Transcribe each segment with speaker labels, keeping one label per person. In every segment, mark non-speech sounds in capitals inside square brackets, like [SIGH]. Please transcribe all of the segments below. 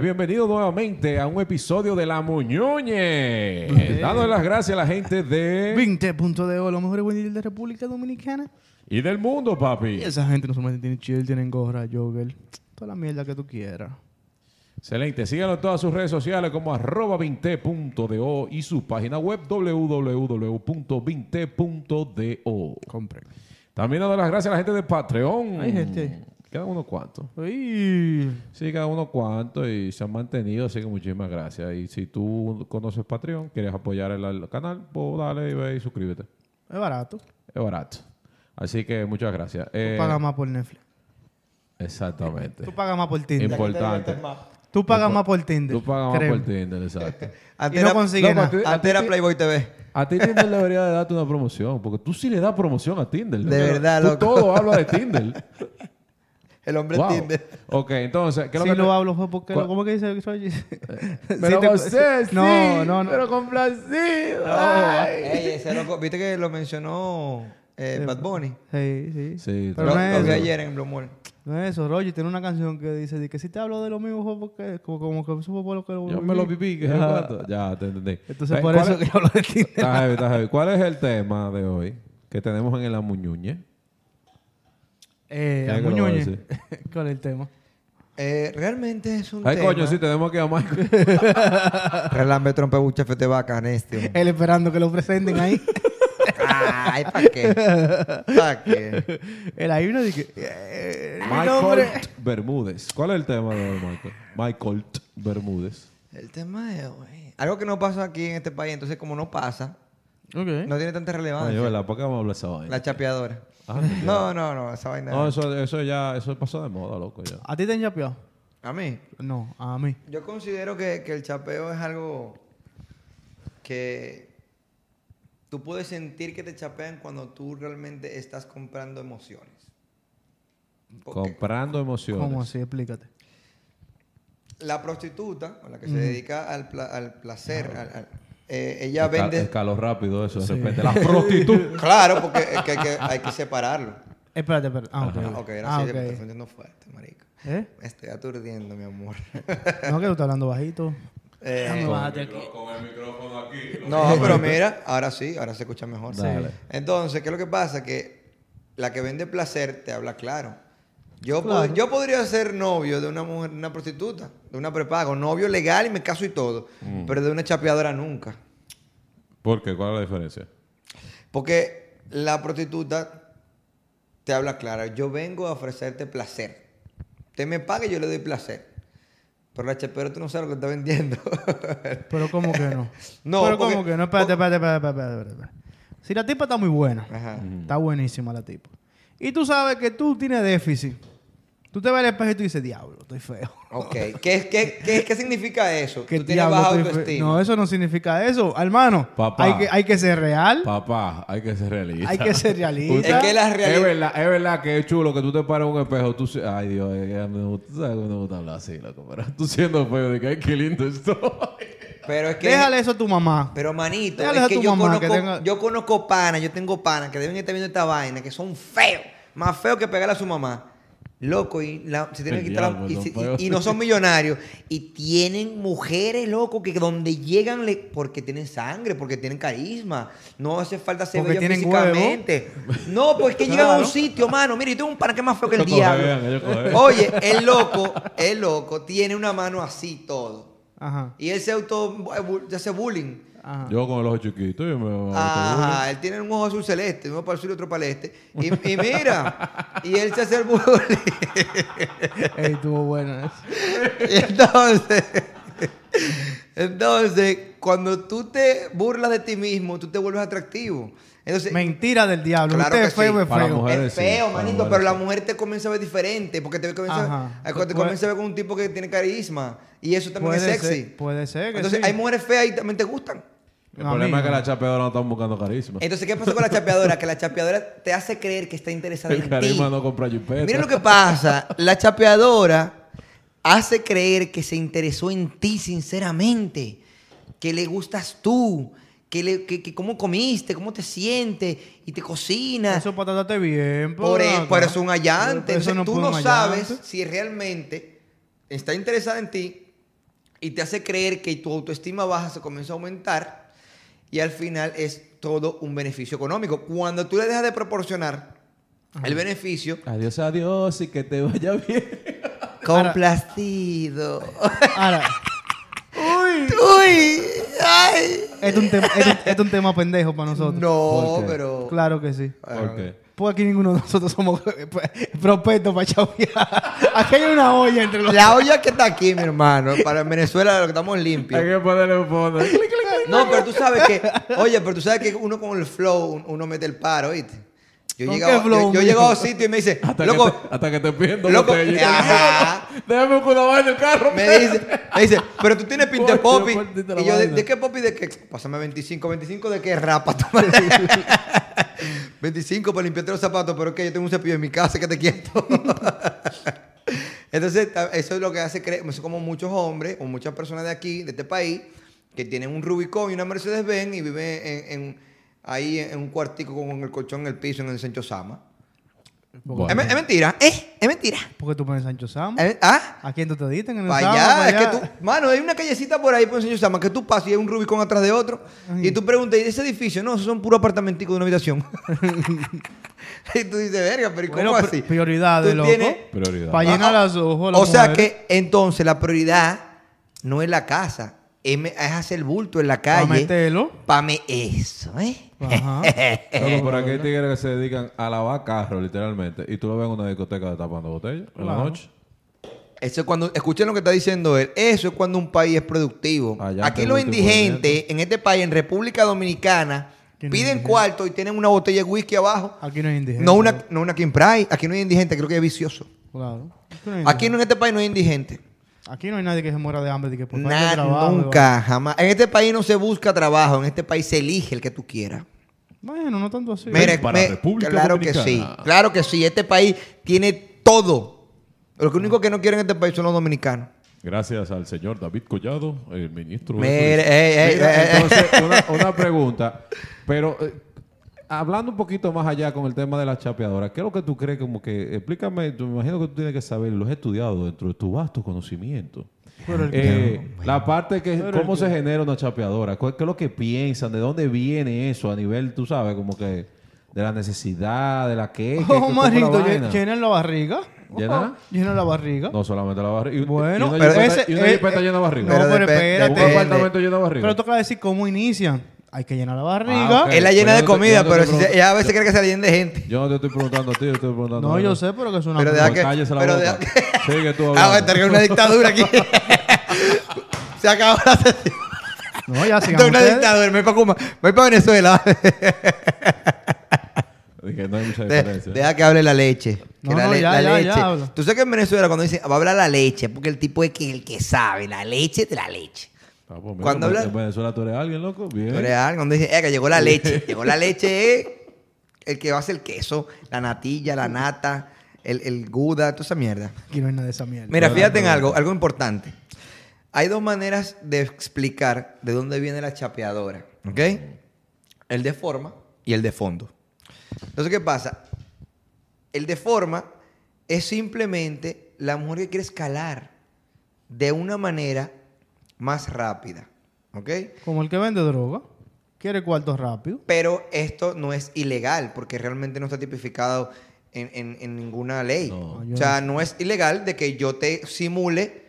Speaker 1: Bienvenido nuevamente a un episodio de La Muñoñe. Dando las gracias a la gente de...
Speaker 2: 20 puntos de oro, los mejores Wendy's de República Dominicana.
Speaker 1: Y del mundo, papi.
Speaker 2: Y esa gente no solamente tiene chill, tienen gorra, jogger, toda la mierda que tú quieras.
Speaker 1: Excelente. Síganos en todas sus redes sociales como arroba 20.do y su página web www.vinte.do.
Speaker 2: Compren.
Speaker 1: También dando las gracias a la gente de Patreon.
Speaker 2: Hay gente ahí.
Speaker 1: Cada uno cuánto.
Speaker 2: Uy.
Speaker 1: Sí, cada uno cuánto y se han mantenido, así que muchísimas gracias. Y si tú conoces Patreon, quieres apoyar el, el canal, pues dale y ve y suscríbete.
Speaker 2: Es barato.
Speaker 1: Es barato. Así que muchas gracias.
Speaker 2: Tú
Speaker 1: Eh,
Speaker 2: pagas más por Netflix.
Speaker 1: exactamente.
Speaker 2: Tú pagas más por Tinder.
Speaker 1: Importante.
Speaker 2: Tú pagas más por Tinder.
Speaker 1: Eh, Tú pagas más por
Speaker 2: créeme.
Speaker 1: Tinder, exacto.
Speaker 2: [LAUGHS] Y no consigues
Speaker 1: No, pues,
Speaker 2: nada.
Speaker 1: Mati-
Speaker 3: Antes era Playboy TV.
Speaker 1: A ti Tinder debería de darte una promoción, porque tú sí le das promoción a Tinder.
Speaker 3: De
Speaker 1: loco.
Speaker 3: verdad,
Speaker 1: Tú
Speaker 3: loco.
Speaker 1: todo habla de
Speaker 2: [LAUGHS]
Speaker 1: Tinder.
Speaker 3: El hombre
Speaker 1: wow.
Speaker 3: Tinder.
Speaker 1: Ok, entonces, ¿qué es
Speaker 2: Si
Speaker 1: lo que
Speaker 2: lo
Speaker 1: te-
Speaker 2: hablo fue porque...
Speaker 1: ¿Cuál-
Speaker 2: Lo, ¿Cómo que dice el soy? [LAUGHS] Sí
Speaker 1: Pero
Speaker 2: te-
Speaker 1: José, sí,
Speaker 2: No, no, no.
Speaker 1: Pero complacido. ay.
Speaker 3: Ey, ese loco, viste que lo mencionó eh, Bad Bunny.
Speaker 2: Sí, sí.
Speaker 1: Sí,
Speaker 2: pero
Speaker 3: lo,
Speaker 2: no es
Speaker 3: lo vi
Speaker 2: eso.
Speaker 3: ayer en Blue Mall.
Speaker 2: No es eso, Roger tiene una canción que dice de que si te hablo de lo mismo fue porque como, como que eso fue por lo que lo
Speaker 1: Yo me lo
Speaker 2: viví.
Speaker 1: viví. que sé
Speaker 2: Ajá.
Speaker 1: cuánto. Ya, te entendí.
Speaker 2: Entonces
Speaker 1: Ve,
Speaker 2: por
Speaker 1: ¿cuál
Speaker 2: eso
Speaker 1: es-
Speaker 2: que hablo de Tinder.
Speaker 1: Está heavy, está heavy. ¿Cuál es el tema de hoy que tenemos en el Amuñuñe?
Speaker 2: Eh,
Speaker 1: ¿Qué
Speaker 2: a
Speaker 1: es que lo voy a
Speaker 2: Muñoz.
Speaker 1: decir?
Speaker 2: [LAUGHS] ¿Cuál es el tema?
Speaker 3: Eh, realmente es un
Speaker 1: Ay,
Speaker 3: tema.
Speaker 1: coño, sí, tenemos que llamar.
Speaker 3: Relambe, trompe, bucha, fete, vaca, neste.
Speaker 2: Él esperando que lo presenten ahí.
Speaker 3: Ay, ¿para qué? ¿Para qué?
Speaker 2: [LAUGHS] Él ahí uno dice que... eh, mi
Speaker 1: Michael
Speaker 2: nombre-
Speaker 1: Bermúdez. ¿Cuál es el tema de hoy, Michael? Michael T. Bermúdez.
Speaker 3: El tema es, güey. Algo que no pasa aquí en este país, entonces como no pasa,
Speaker 2: Ok.
Speaker 3: no tiene tanta
Speaker 1: Ay,
Speaker 3: relevancia.
Speaker 1: ¿verdad? ¿Por qué vamos a hablar de esa vaina?
Speaker 3: La chapeadora.
Speaker 1: Ah, mentira.
Speaker 3: [LAUGHS] No, no, no, esa vaina.
Speaker 1: No, eso, eso ya, eso pasó de moda, loco, ya.
Speaker 2: ¿A ti te han chapeado?
Speaker 3: A mí,
Speaker 2: No, a mí.
Speaker 3: Yo considero que, que el chapeo es algo que tú puedes sentir que te chapean cuando tú realmente estás comprando emociones. Porque
Speaker 1: Comprando emociones.
Speaker 2: ¿Cómo así? Explícate.
Speaker 3: la prostituta, o la que se dedica al, pla- al placer, al- al- eh, ella
Speaker 1: El ca-
Speaker 3: vende...
Speaker 1: el calor rápido, eso, de
Speaker 2: Sí.
Speaker 1: repente. La prostituta.
Speaker 3: [LAUGHS] Claro, porque es que hay, que hay
Speaker 2: [LAUGHS]
Speaker 3: que separarlo.
Speaker 2: Espérate, espérate. Ah, ok.
Speaker 3: Ah, ok, gracias,
Speaker 2: Ah,
Speaker 3: yo me estoy
Speaker 2: ok.
Speaker 3: sintiendo fuerte, marica.
Speaker 2: ¿Eh?
Speaker 3: Me estoy aturdiendo, mi amor. [LAUGHS]
Speaker 2: No, que tú estás hablando bajito.
Speaker 3: Eh,
Speaker 2: Déjame bajarte aquí. [LAUGHS]
Speaker 3: No, pero mira, ahora sí, ahora se escucha mejor.
Speaker 1: Dale.
Speaker 3: Entonces, ¿qué es lo que pasa? Que la que vende placer te habla claro. Yo,
Speaker 2: Claro.
Speaker 3: pod- yo podría ser novio de una mujer, una prostituta, de una prepago, novio legal y me caso y todo,
Speaker 2: Mm.
Speaker 3: pero de una chapeadora nunca.
Speaker 1: ¿Por qué? ¿Cuál es la diferencia?
Speaker 3: Porque la prostituta te habla claro. Yo vengo a ofrecerte placer. Usted me paga y yo le doy placer. Pero la chapeadora tú no sabes lo que está vendiendo.
Speaker 2: Pero ¿cómo que no?
Speaker 3: [LAUGHS] No,
Speaker 2: Pero
Speaker 3: porque-
Speaker 2: ¿cómo que no? Espérate, espérate, espérate, espérate, espérate, espérate. Si la tipa está muy buena.
Speaker 3: Ajá.
Speaker 2: Está buenísima la tipa. Y tú sabes que tú tienes déficit. Tú te ves al espejo y tú dices, diablo, estoy feo.
Speaker 3: Ok, ¿Qué, qué, qué, qué significa eso?
Speaker 2: Que
Speaker 3: Tú tienes
Speaker 2: diablo,
Speaker 3: baja
Speaker 2: estoy fe-
Speaker 3: autoestima.
Speaker 2: No, eso no significa eso. Hermano,
Speaker 1: Papá.
Speaker 2: Hay, que, hay que ser real.
Speaker 1: Papá, hay que ser realista.
Speaker 2: Hay que ser realista.
Speaker 1: [LAUGHS] Usted-
Speaker 3: Es que la realidad-
Speaker 1: Es verdad, es verdad que es chulo que tú te pares en un espejo. Tú, se- ay, Dios, eh, a mí me gusta, tú sabes que me gusta hablar así, loco. Pero tú siendo feo, de que ay, qué lindo estoy.
Speaker 3: Pero es que.
Speaker 2: Déjale eso a tu mamá.
Speaker 3: Pero manito,
Speaker 2: Déjale a
Speaker 3: es que
Speaker 2: tu
Speaker 3: yo
Speaker 2: mamá
Speaker 3: conozco,
Speaker 2: que tenga-
Speaker 3: yo conozco panas, yo tengo panas que deben estar viendo esta vaina, que son feos, más feos que pegarle a su mamá. Loco, y la- se tienen
Speaker 1: El
Speaker 3: que quitar la-
Speaker 1: diablo,
Speaker 3: y,
Speaker 1: los
Speaker 3: se- y-
Speaker 1: feos.
Speaker 3: y no son millonarios. Y tienen mujeres, loco, que donde llegan le- porque tienen sangre, porque tienen carisma. No hace falta ser
Speaker 2: Porque
Speaker 3: bello
Speaker 2: tienen
Speaker 3: físicamente. No, porque llegan a un
Speaker 2: Claro.
Speaker 3: sitio, mano. Mira, y tengo un pana que es más feo que el
Speaker 1: Ellos cojean,
Speaker 3: diablo.
Speaker 1: ellos cojean.
Speaker 3: Oye, el loco, el loco tiene una mano así todo.
Speaker 2: Ajá.
Speaker 3: Y él se auto eh, se hace bullying.
Speaker 2: Ajá.
Speaker 1: Yo con los ojos chiquitos, yo me
Speaker 3: Ajá, él tiene un ojo azul celeste, uno para el sur y otro para el este.
Speaker 2: [LAUGHS]
Speaker 3: Y, y mira, y él se hace el bullying. [LAUGHS]
Speaker 2: Ey, estuvo buena. esa.
Speaker 3: Y entonces, [LAUGHS] entonces, cuando tú te burlas de ti mismo, tú te vuelves atractivo. Entonces,
Speaker 2: Mentira del diablo.
Speaker 3: Claro
Speaker 2: Usted
Speaker 3: que
Speaker 2: es feo,
Speaker 3: sí.
Speaker 2: es
Speaker 1: Para
Speaker 2: feo.
Speaker 1: mujer.
Speaker 3: es
Speaker 1: mujeres, sí,
Speaker 3: feo,
Speaker 1: para
Speaker 3: manito,
Speaker 1: mujeres,
Speaker 3: pero la
Speaker 1: sí.
Speaker 3: mujer te comienza a ver diferente, porque te comienza,
Speaker 2: Ajá.
Speaker 3: eh, te
Speaker 2: Puede-
Speaker 3: comienza a ver con un tipo que tiene carisma. Y eso también
Speaker 2: Puede
Speaker 3: es sexy.
Speaker 2: ser, puede ser que
Speaker 3: Entonces,
Speaker 2: sí.
Speaker 3: hay mujeres feas y también te gustan.
Speaker 1: El
Speaker 2: No, a
Speaker 1: problema
Speaker 2: mí
Speaker 1: es que
Speaker 2: no.
Speaker 1: la chapeadora no están buscando carisma.
Speaker 3: Entonces, ¿qué pasa con la chapeadora? Que la chapeadora te hace creer que está interesada
Speaker 1: El
Speaker 3: en ti.
Speaker 1: carisma no compra jipeta.
Speaker 3: Mira lo que pasa. La chapeadora hace creer que se interesó en ti sinceramente, que le gustas tú, que, le, que, que cómo comiste, cómo te sientes y te cocina.
Speaker 2: Eso para tratarte bien.
Speaker 3: por,
Speaker 2: acá.
Speaker 3: e- por eso es un allante.
Speaker 2: Por eso
Speaker 3: Entonces,
Speaker 2: no
Speaker 3: tú
Speaker 2: fue un
Speaker 3: no sabes
Speaker 2: allante.
Speaker 3: si realmente está interesada en ti y te hace creer que tu autoestima baja se comienza a aumentar y al final es todo un beneficio económico. Cuando tú le dejas de proporcionar el beneficio,
Speaker 1: Adiós, adiós y que te vaya bien.
Speaker 3: complacido.
Speaker 2: Ahora,
Speaker 3: [LAUGHS] Uy, ay.
Speaker 2: esto es un, tema- esto- esto es un tema pendejo para
Speaker 1: ¿Por
Speaker 2: nosotros.
Speaker 3: No,
Speaker 1: qué?
Speaker 3: pero
Speaker 2: Claro que sí.
Speaker 1: ¿Por qué?
Speaker 2: Pues aquí ninguno de nosotros somos [LAUGHS] prospectos para chapear. Aquí hay una olla entre los...
Speaker 3: la olla que está aquí, mi hermano, para en Venezuela lo que estamos limpios.
Speaker 1: Hay que ponerle un fondo. Clic, clic, clic.
Speaker 3: No, pero tú sabes que, oye, pero tú sabes que uno con el flow, un- uno mete el paro, ¿viste? Yo
Speaker 2: ¿Con
Speaker 3: llegaba,
Speaker 2: qué flow,
Speaker 3: yo, yo
Speaker 2: mijo?
Speaker 3: llegaba a un sitio y me dice,
Speaker 1: Hasta,
Speaker 3: loco,
Speaker 1: que te, hasta que te piden dos
Speaker 3: Loco,
Speaker 1: botellas.
Speaker 3: [LAUGHS] ajá.
Speaker 1: [LAUGHS] Déjame un culo más en el carro. pues.
Speaker 3: me dice, me dice, pero tú tienes pinta de
Speaker 1: Coño,
Speaker 3: popi.
Speaker 1: maldita la
Speaker 3: Y yo, ¿de,
Speaker 1: vaina.
Speaker 3: de qué popi? ¿De qué? Pásame 25, 25, ¿de qué rapa? tú?
Speaker 1: [LAUGHS]
Speaker 3: 25 para limpiarte los zapatos, pero que yo tengo un cepillo en mi casa que te
Speaker 1: [LAUGHS]
Speaker 3: quieto. Entonces, ta- eso es lo que hace creer, eso como muchos hombres o muchas personas de aquí, de este país, que tienen un Rubicón y una Mercedes Benz y viven en, en- ahí en un cuartico con el colchón en el piso en el Sancho Sama.
Speaker 1: Bueno.
Speaker 3: Es, me- es mentira, ¿eh? Es mentira.
Speaker 2: Porque tú pones Sancho Sam.
Speaker 3: ¿Eh? ¿Ah?
Speaker 2: ¿A quién tú te diste? En el
Speaker 3: Para
Speaker 2: Sam,
Speaker 3: allá,
Speaker 2: pa'
Speaker 3: es que tú, mano, hay una callecita por ahí, por enseñar Sama, que tú pasas y hay un Rubicón atrás de otro. Y tú preguntas, ¿y ese edificio? No, esos son puro apartamentico de una
Speaker 2: [LAUGHS]
Speaker 3: habitación. y tú dices, verga, pero ¿y ¿cómo
Speaker 2: Bueno, pri-
Speaker 3: así?
Speaker 2: prioridades,
Speaker 3: Tú
Speaker 2: loco.
Speaker 3: tienes-
Speaker 1: Prioridad.
Speaker 2: Para llenar
Speaker 3: Ah,
Speaker 2: los ojos. las
Speaker 3: O sea
Speaker 2: mujeres.
Speaker 3: que entonces la prioridad no es la casa, es, me- es hacer el bulto en la
Speaker 2: Para
Speaker 3: calle. [LAUGHS]
Speaker 2: meterlo.
Speaker 3: Pame eso, ¿eh?
Speaker 2: Ajá.
Speaker 1: Loco, pero aquí hay tigres que se dedican a lavar carros, literalmente. Y tú lo ves en una discoteca tapando botellas en la
Speaker 2: Claro.
Speaker 1: noche.
Speaker 3: Eso es cuando, escuchen lo que está diciendo él, eso es cuando un país es productivo.
Speaker 1: Allá
Speaker 3: Aquí
Speaker 1: te
Speaker 3: los
Speaker 1: voy, te voy,
Speaker 3: indigentes, en este país, en República Dominicana,
Speaker 2: ¿Quién es
Speaker 3: piden
Speaker 2: indigente?
Speaker 3: cuarto y tienen una botella de whisky abajo.
Speaker 2: Aquí no es indigente.
Speaker 3: No una, no una King Pride, aquí no hay indigente, creo que es vicioso.
Speaker 2: Claro.
Speaker 3: Aquí no, en este país no hay indigente.
Speaker 2: Aquí no hay nadie que se muera de hambre. De que por falta de
Speaker 3: Nada,
Speaker 2: trabajo,
Speaker 3: nunca, jamás. En este país no se busca trabajo, en este país se elige el que tú quieras.
Speaker 2: Bueno, no tanto así.
Speaker 3: Mira,
Speaker 1: para
Speaker 3: me-
Speaker 1: República
Speaker 3: claro
Speaker 1: Dominicana.
Speaker 3: que sí, claro que sí. Este país tiene todo. Lo que único que no quieren en este país son los dominicanos.
Speaker 1: Gracias al señor David Collado, el ministro. de
Speaker 3: Mire,
Speaker 1: Turismo.
Speaker 3: ey,
Speaker 2: Eh,
Speaker 3: ey,
Speaker 1: Mira,
Speaker 3: ey, ey.
Speaker 2: [LAUGHS]
Speaker 1: entonces, una, una pregunta. Pero eh, hablando un poquito más allá con el tema de las chapeadoras, ¿qué es lo que tú crees? Como que, explícame, tú- me imagino que tú tienes que saber, lo has estudiado dentro de tu vasto conocimiento.
Speaker 2: Pero el
Speaker 1: Eh, la parte que cómo se genera una chapeadora, ¿Cuál- qué es lo que piensan, de dónde viene eso a nivel, tú sabes, como que de la necesidad, de la queja. ¿cómo
Speaker 2: Oh,
Speaker 1: la
Speaker 2: marito, lle-
Speaker 1: vaina?
Speaker 2: llenen la barriga.
Speaker 1: ¿Llena?
Speaker 2: Oh, llenen la barriga.
Speaker 1: No solamente la barriga. y un-
Speaker 2: Bueno,
Speaker 1: y una
Speaker 2: pero
Speaker 1: jipeta-
Speaker 2: ese-
Speaker 1: y una
Speaker 2: eh,
Speaker 1: jipeta
Speaker 2: eh,
Speaker 1: llena de barriga.
Speaker 2: No, pero
Speaker 3: depe-
Speaker 2: espérate.
Speaker 1: Un apartamento lleno de barriga.
Speaker 2: Pero toca decir cómo inician. Hay que llenar la barriga.
Speaker 1: Ah, ok.
Speaker 3: Es la llena
Speaker 1: Pero
Speaker 3: de
Speaker 1: yo te- yo
Speaker 3: comida,
Speaker 1: te
Speaker 3: pero si
Speaker 1: pregunto-
Speaker 3: se- ella a veces cree que se la llena de gente.
Speaker 1: Yo no te estoy preguntando a ti, yo estoy preguntando
Speaker 2: No,
Speaker 1: a
Speaker 2: yo
Speaker 1: ellos.
Speaker 2: sé, pero que es una.
Speaker 3: Pero
Speaker 2: puta.
Speaker 3: deja
Speaker 1: No,
Speaker 3: que.
Speaker 1: cállese la
Speaker 3: pero
Speaker 1: boca.
Speaker 3: deja que.
Speaker 1: Sigue tú
Speaker 3: [LAUGHS] Ah, va a
Speaker 1: hablando.
Speaker 3: estar en una dictadura aquí. Se acabó la sesión.
Speaker 2: No,
Speaker 3: [LAUGHS]
Speaker 2: ya
Speaker 3: Esto es
Speaker 2: sigamos.
Speaker 3: una
Speaker 2: ustedes.
Speaker 3: dictadura. Me voy para Cuba. Me voy para Venezuela.
Speaker 1: [LAUGHS] Dije, no hay mucha
Speaker 3: De-
Speaker 1: diferencia.
Speaker 3: deja que hable la leche. Que
Speaker 2: No,
Speaker 3: la,
Speaker 2: no,
Speaker 3: le-
Speaker 2: ya,
Speaker 3: la
Speaker 2: ya,
Speaker 3: leche.
Speaker 2: ya habla.
Speaker 3: Tú sabes que en Venezuela cuando dicen va a hablar la leche, porque el tipo es que el que sabe, la leche de la leche.
Speaker 1: Ah, pues mira,
Speaker 3: Cuando habla-
Speaker 1: En Venezuela tú eres alguien, loco. Bien.
Speaker 3: Pero es algo, cuando dicen, "Eh, que llegó la leche. llegó la leche es el que va a hacer el queso, la natilla, la nata, el, el guda, toda esa mierda.
Speaker 2: Aquí no hay nada de esa mierda.
Speaker 3: Mira,
Speaker 1: Buena
Speaker 3: fíjate en
Speaker 1: pregunta.
Speaker 3: algo, algo importante. Hay dos maneras de explicar de dónde viene la chapeadora, ¿ok? El de forma y el de fondo. Entonces, ¿qué pasa? El de forma es simplemente la mujer que quiere escalar de una manera más rápida, ¿ok?
Speaker 2: Como el que vende droga. Quiere cuartos rápido.
Speaker 3: Pero esto no es ilegal porque realmente no está tipificado en, en- en ninguna ley.
Speaker 1: No.
Speaker 2: Ah, yo
Speaker 3: O sea, no es ilegal de que yo te simule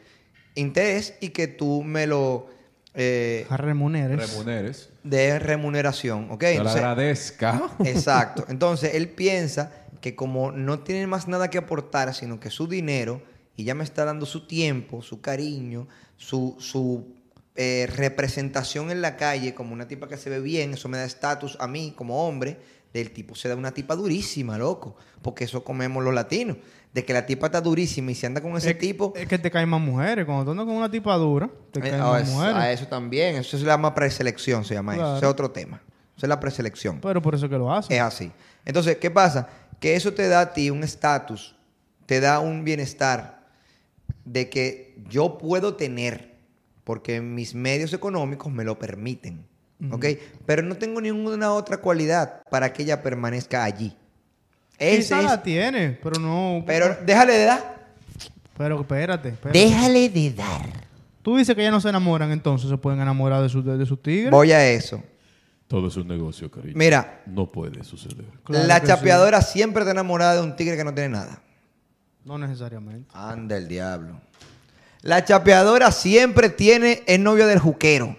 Speaker 3: interés y que tú me lo eh,
Speaker 2: A remuneres.
Speaker 1: Remuneres.
Speaker 3: des remuneración, ¿ok?
Speaker 1: Te la
Speaker 3: Entonces-
Speaker 1: agradezca.
Speaker 3: exacto. Entonces, él piensa que como no tiene más nada que aportar, sino que su dinero, y ya me está dando su tiempo, su cariño, su, su eh, representación en la calle como una tipa que se ve bien, eso me da estatus a mí como hombre, del tipo se da una tipa durísima, loco, porque eso comemos los latinos, de que la tipa está durísima y se anda con ese
Speaker 2: Es-
Speaker 3: tipo...
Speaker 2: Es que te caen más mujeres. Cuando tú andas con una tipa dura, te
Speaker 3: Eh,
Speaker 2: caen
Speaker 3: a,
Speaker 2: más
Speaker 3: eso,
Speaker 2: mujeres.
Speaker 3: a eso también, eso se llama preselección, se llama eso,
Speaker 2: Claro.
Speaker 3: ese es otro tema, eso es la preselección.
Speaker 2: Pero por eso que lo hacen.
Speaker 3: Es así. Entonces, ¿qué pasa? Que eso te da a ti un estatus, te da un bienestar de que yo puedo tener porque mis medios económicos me lo permiten. ¿Ok? Pero no tengo ninguna otra cualidad para que ella permanezca allí. Ese
Speaker 2: Esa
Speaker 3: es.
Speaker 2: la tiene, pero no.
Speaker 3: Pero déjale de dar.
Speaker 2: pero espérate. espérate.
Speaker 3: Déjale de dar.
Speaker 2: Tú dices que ya no se enamoran, entonces se pueden enamorar de sus de, de sus tigres.
Speaker 3: Voy a eso.
Speaker 1: Todo es un negocio, cariño.
Speaker 3: Mira.
Speaker 1: No puede suceder.
Speaker 2: Claro
Speaker 3: la
Speaker 2: que
Speaker 3: chapeadora siempre está enamorada de un tigre que no tiene nada.
Speaker 2: No necesariamente.
Speaker 3: Anda el diablo. La chapeadora siempre tiene el novio del juquero.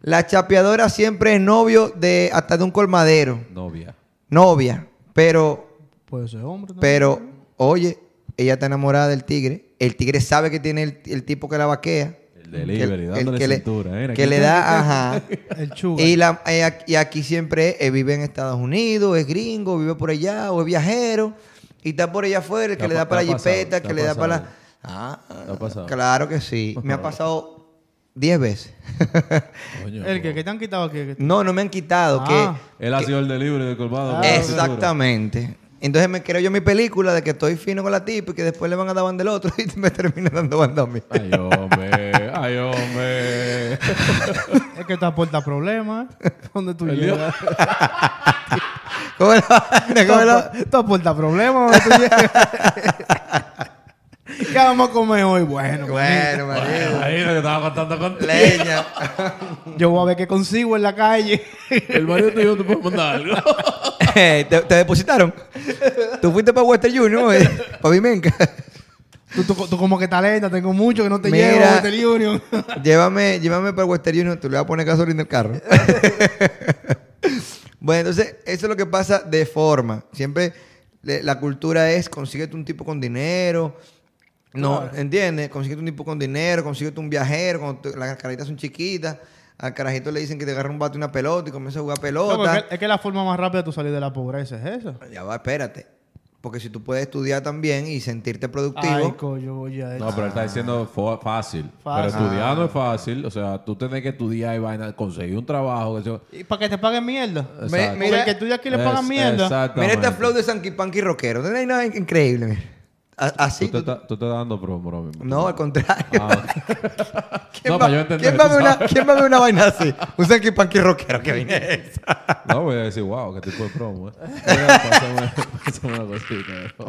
Speaker 3: La chapeadora siempre es novio de hasta de un colmadero.
Speaker 1: Novia.
Speaker 3: Novia. Pero,
Speaker 2: Puede ser hombre. ¿no?
Speaker 3: pero, oye, ella está enamorada del tigre. El tigre sabe que tiene el, el tipo que la vaquea.
Speaker 1: El delivery,
Speaker 3: que, el-
Speaker 1: dándole
Speaker 3: que le-
Speaker 1: cintura. Mira,
Speaker 3: que
Speaker 1: aquí
Speaker 3: le
Speaker 1: está-
Speaker 3: da, ajá.
Speaker 1: [LAUGHS]
Speaker 2: el chuga.
Speaker 3: Y, la, eh, ac- y aquí siempre eh, vive en Estados Unidos, es gringo, vive por allá, o es viajero, y está por allá afuera, el que
Speaker 1: Te ha
Speaker 3: le da
Speaker 1: pa-
Speaker 3: para
Speaker 1: te
Speaker 3: la
Speaker 1: ha pasado,
Speaker 3: jipeta,
Speaker 1: te
Speaker 3: que
Speaker 1: ha
Speaker 3: le da para la...
Speaker 1: pasado.
Speaker 3: Ah,
Speaker 1: Te ha pasado.
Speaker 3: claro
Speaker 1: [LAUGHS]
Speaker 3: que sí. Me ha pasado 10 veces. [LAUGHS]
Speaker 1: Coño,
Speaker 2: el que,
Speaker 1: bro.
Speaker 2: que te han quitado aquí. que-
Speaker 3: No, no me han quitado.
Speaker 2: Ah.
Speaker 1: Él ha sido el delivery de Colmado.
Speaker 2: Ah,
Speaker 3: que...
Speaker 1: con
Speaker 3: Exactamente. Entonces me creo yo mi película de que estoy fino con la tipa y que después le van a dar banda al otro [LAUGHS] y me termina dando banda a mí.
Speaker 1: la cintura. Ay, hombre. Ay,
Speaker 3: [LAUGHS]
Speaker 1: hombre.
Speaker 2: Es que te aporta problemas. ¿Dónde tú
Speaker 1: El
Speaker 2: llegas?
Speaker 1: día-
Speaker 3: ¿Cómo es la [LAUGHS] vaina? ¿Cómo [LAUGHS] es la-
Speaker 2: Te aporta problemas. ¿dónde tú llegas? [LAUGHS] ¿Qué vamos a comer hoy? Bueno,
Speaker 3: [LAUGHS] Bueno, marido.
Speaker 1: Ahí lo que estaba contando contigo.
Speaker 3: Leña.
Speaker 2: yo voy a ver qué consigo en la calle. [LAUGHS]
Speaker 1: El marido tuyo te puede mandar algo.
Speaker 3: Eh, ¿Te, te depositaron? ¿Tú fuiste para Western Union? Eh, ¿Para Vimenca?
Speaker 2: Tú, tú- tú como que talenta, tengo mucho que no te
Speaker 3: Mira.
Speaker 2: llevo este a Hotel
Speaker 3: [LAUGHS]
Speaker 2: Union.
Speaker 3: llévame, llévame para Western Union. Tú le vas a poner gasolina al carro. bueno, entonces, eso es lo que pasa de forma. Siempre le- la cultura es consíguete un tipo con dinero. No, ¿entiendes? Consíguete un tipo con dinero, consíguete un viajero. Cuando tú- las caritas son chiquitas, al carajito le dicen que te agarra un bate y una pelota y comienza a jugar pelota.
Speaker 2: Loco, es, que, es que la forma más rápida de tú salir de la pobreza es esa.
Speaker 3: Ya va, espérate. Porque si tú puedes estudiar también y sentirte productivo.
Speaker 2: Ay, coño, oye.
Speaker 1: No, pero él está diciendo fo- fácil. Pero
Speaker 2: Fácil. Ah.
Speaker 1: estudiar no es fácil. O sea, tú tenés que estudiar y vaina, conseguir un trabajo. que eso-
Speaker 2: ¿Y para que te paguen mierda?
Speaker 1: Exacto.
Speaker 2: Porque
Speaker 3: mira-
Speaker 2: el que tú de aquí le pagan
Speaker 1: Es-
Speaker 2: mierda.
Speaker 1: exactamente.
Speaker 3: Mira este flow de Sanky Panky Rockero. No hay nada increíble. mira. A-
Speaker 1: Tú
Speaker 3: Así.
Speaker 1: te
Speaker 3: tú-
Speaker 1: estás tú estás dando promo ahora mismo.
Speaker 3: No, al contrario.
Speaker 1: Ah,
Speaker 3: [LAUGHS] ¿Quién,
Speaker 1: No,
Speaker 3: va,
Speaker 1: para yo entender,
Speaker 3: ¿quién, va a
Speaker 1: tú
Speaker 3: ver una,
Speaker 1: sabes.
Speaker 3: quién va a ver una vaina así? Un Sanky Panky
Speaker 1: [LAUGHS]
Speaker 3: Rockero que viene eso.
Speaker 1: no, voy a decir, wow, qué tipo de promo. eh. Mira, [LAUGHS] pásame, pásame una cosita. ¿no?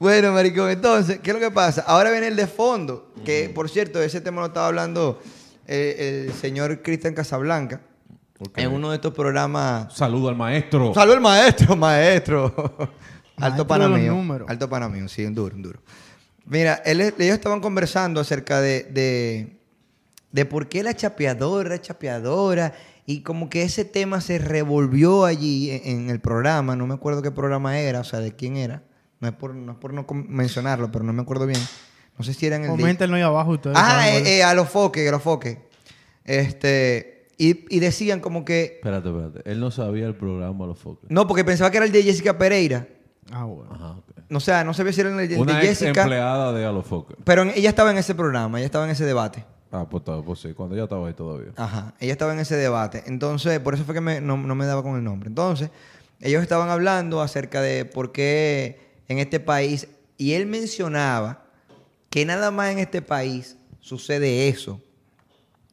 Speaker 3: Bueno, maricón, entonces, ¿qué es lo que pasa? Ahora viene el de fondo.
Speaker 1: Mm.
Speaker 3: Que, por cierto, ese tema lo estaba hablando eh, el señor Cristian Casablanca.
Speaker 1: Ok.
Speaker 3: En uno de estos programas.
Speaker 1: Saludo al maestro.
Speaker 3: Salud el maestro, [LAUGHS] maestro.
Speaker 2: Maestro
Speaker 3: Alto pana
Speaker 2: de los
Speaker 3: mío.
Speaker 2: números.
Speaker 3: Alto pana mío, sí, un duro, un duro. Mira, él- ellos estaban conversando acerca de, de, de por qué la chapeadora, chapeadora, y como que ese tema se revolvió allí en, en el programa, no me acuerdo qué programa era, o sea, de quién era. No es por no, es por no com- mencionarlo, pero no me acuerdo bien. No sé si era en el... de-
Speaker 2: Coméntenlo pues ahí abajo ustedes.
Speaker 3: Ah,
Speaker 2: saben cuál
Speaker 3: eh, eh, a los foques, a los foques. Este, y, y decían como que...
Speaker 1: Espérate, espérate. Él no sabía el programa Los Focos.
Speaker 3: No, porque pensaba que era el de Jessica Pereira.
Speaker 2: es. Ah, bueno.
Speaker 1: Ajá, ok.
Speaker 3: O sea, no sabía si era en el de,
Speaker 1: Una
Speaker 3: de
Speaker 1: ex
Speaker 3: Jessica.
Speaker 1: empleada de Alofoca.
Speaker 3: Pero en- ella estaba en ese programa, ella estaba en ese debate.
Speaker 1: Ah, pues, está- pues sí, cuando ella estaba ahí todavía.
Speaker 3: Ajá, ella estaba en ese debate. Entonces, por eso fue que me- no, no me daba con el nombre. Entonces, ellos estaban hablando acerca de por qué en este país, y él mencionaba que nada más en este país sucede eso.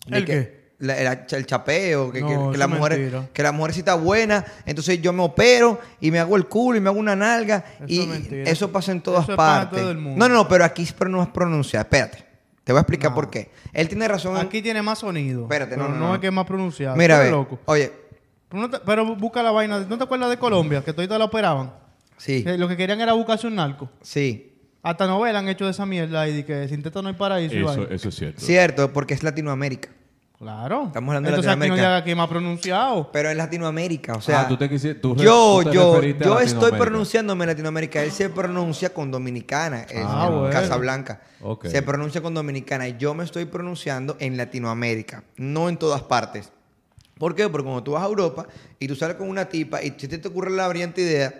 Speaker 3: De
Speaker 2: ¿El
Speaker 3: que
Speaker 2: qué?
Speaker 3: la- la- el chapeo, que, que-
Speaker 2: No,
Speaker 3: que
Speaker 2: eso
Speaker 3: la
Speaker 2: es
Speaker 3: mujer,
Speaker 2: mentira.
Speaker 3: que la mujercita buena, entonces yo me opero y me hago el culo y me hago una nalga.
Speaker 2: Eso
Speaker 3: y
Speaker 2: es mentira.
Speaker 3: eso pasa en todas
Speaker 2: Eso es para
Speaker 3: partes.
Speaker 2: todo el mundo.
Speaker 3: No, no, no, pero aquí es- pero no es pronunciar. Espérate. Te voy a explicar
Speaker 2: No.
Speaker 3: por qué. Él tiene razón. en-
Speaker 2: Aquí tiene más sonido.
Speaker 3: Espérate, no,
Speaker 2: pero
Speaker 3: no, no.
Speaker 2: es que es más pronunciado.
Speaker 3: Mira,
Speaker 2: Tú
Speaker 3: ve.
Speaker 2: eres loco.
Speaker 3: Oye,
Speaker 2: Pero, no te- pero busca la vaina. de- ¿No te acuerdas de Colombia? Que todavía la operaban.
Speaker 3: sí,
Speaker 2: Que lo que querían era buscarse un narco.
Speaker 3: sí.
Speaker 2: Hasta novela han hecho de esa mierda y de que sin teta no hay paraíso. y
Speaker 1: Eso,
Speaker 2: vaina.
Speaker 1: eso es cierto.
Speaker 3: Cierto, porque es Latinoamérica.
Speaker 2: Claro.
Speaker 3: Estamos hablando de
Speaker 2: Entonces aquí no
Speaker 3: Latinoamérica.
Speaker 2: llega que más pronunciado.
Speaker 3: Pero es Latinoamérica, o sea.
Speaker 1: Ah, tú te quisi- tú re-
Speaker 3: yo,
Speaker 1: tú te
Speaker 3: yo,
Speaker 1: referiste a
Speaker 3: yo estoy
Speaker 1: Latinoamérica.
Speaker 3: pronunciándome en Latinoamérica. Él se pronuncia con dominicana, es
Speaker 1: Ah,
Speaker 3: en
Speaker 2: bueno.
Speaker 3: Casablanca.
Speaker 1: Ok.
Speaker 3: Se pronuncia con dominicana. Yo me estoy pronunciando en Latinoamérica, no en todas partes. ¿Por qué? Porque cuando tú vas a Europa y tú sales con una tipa y si te, te ocurre la brillante idea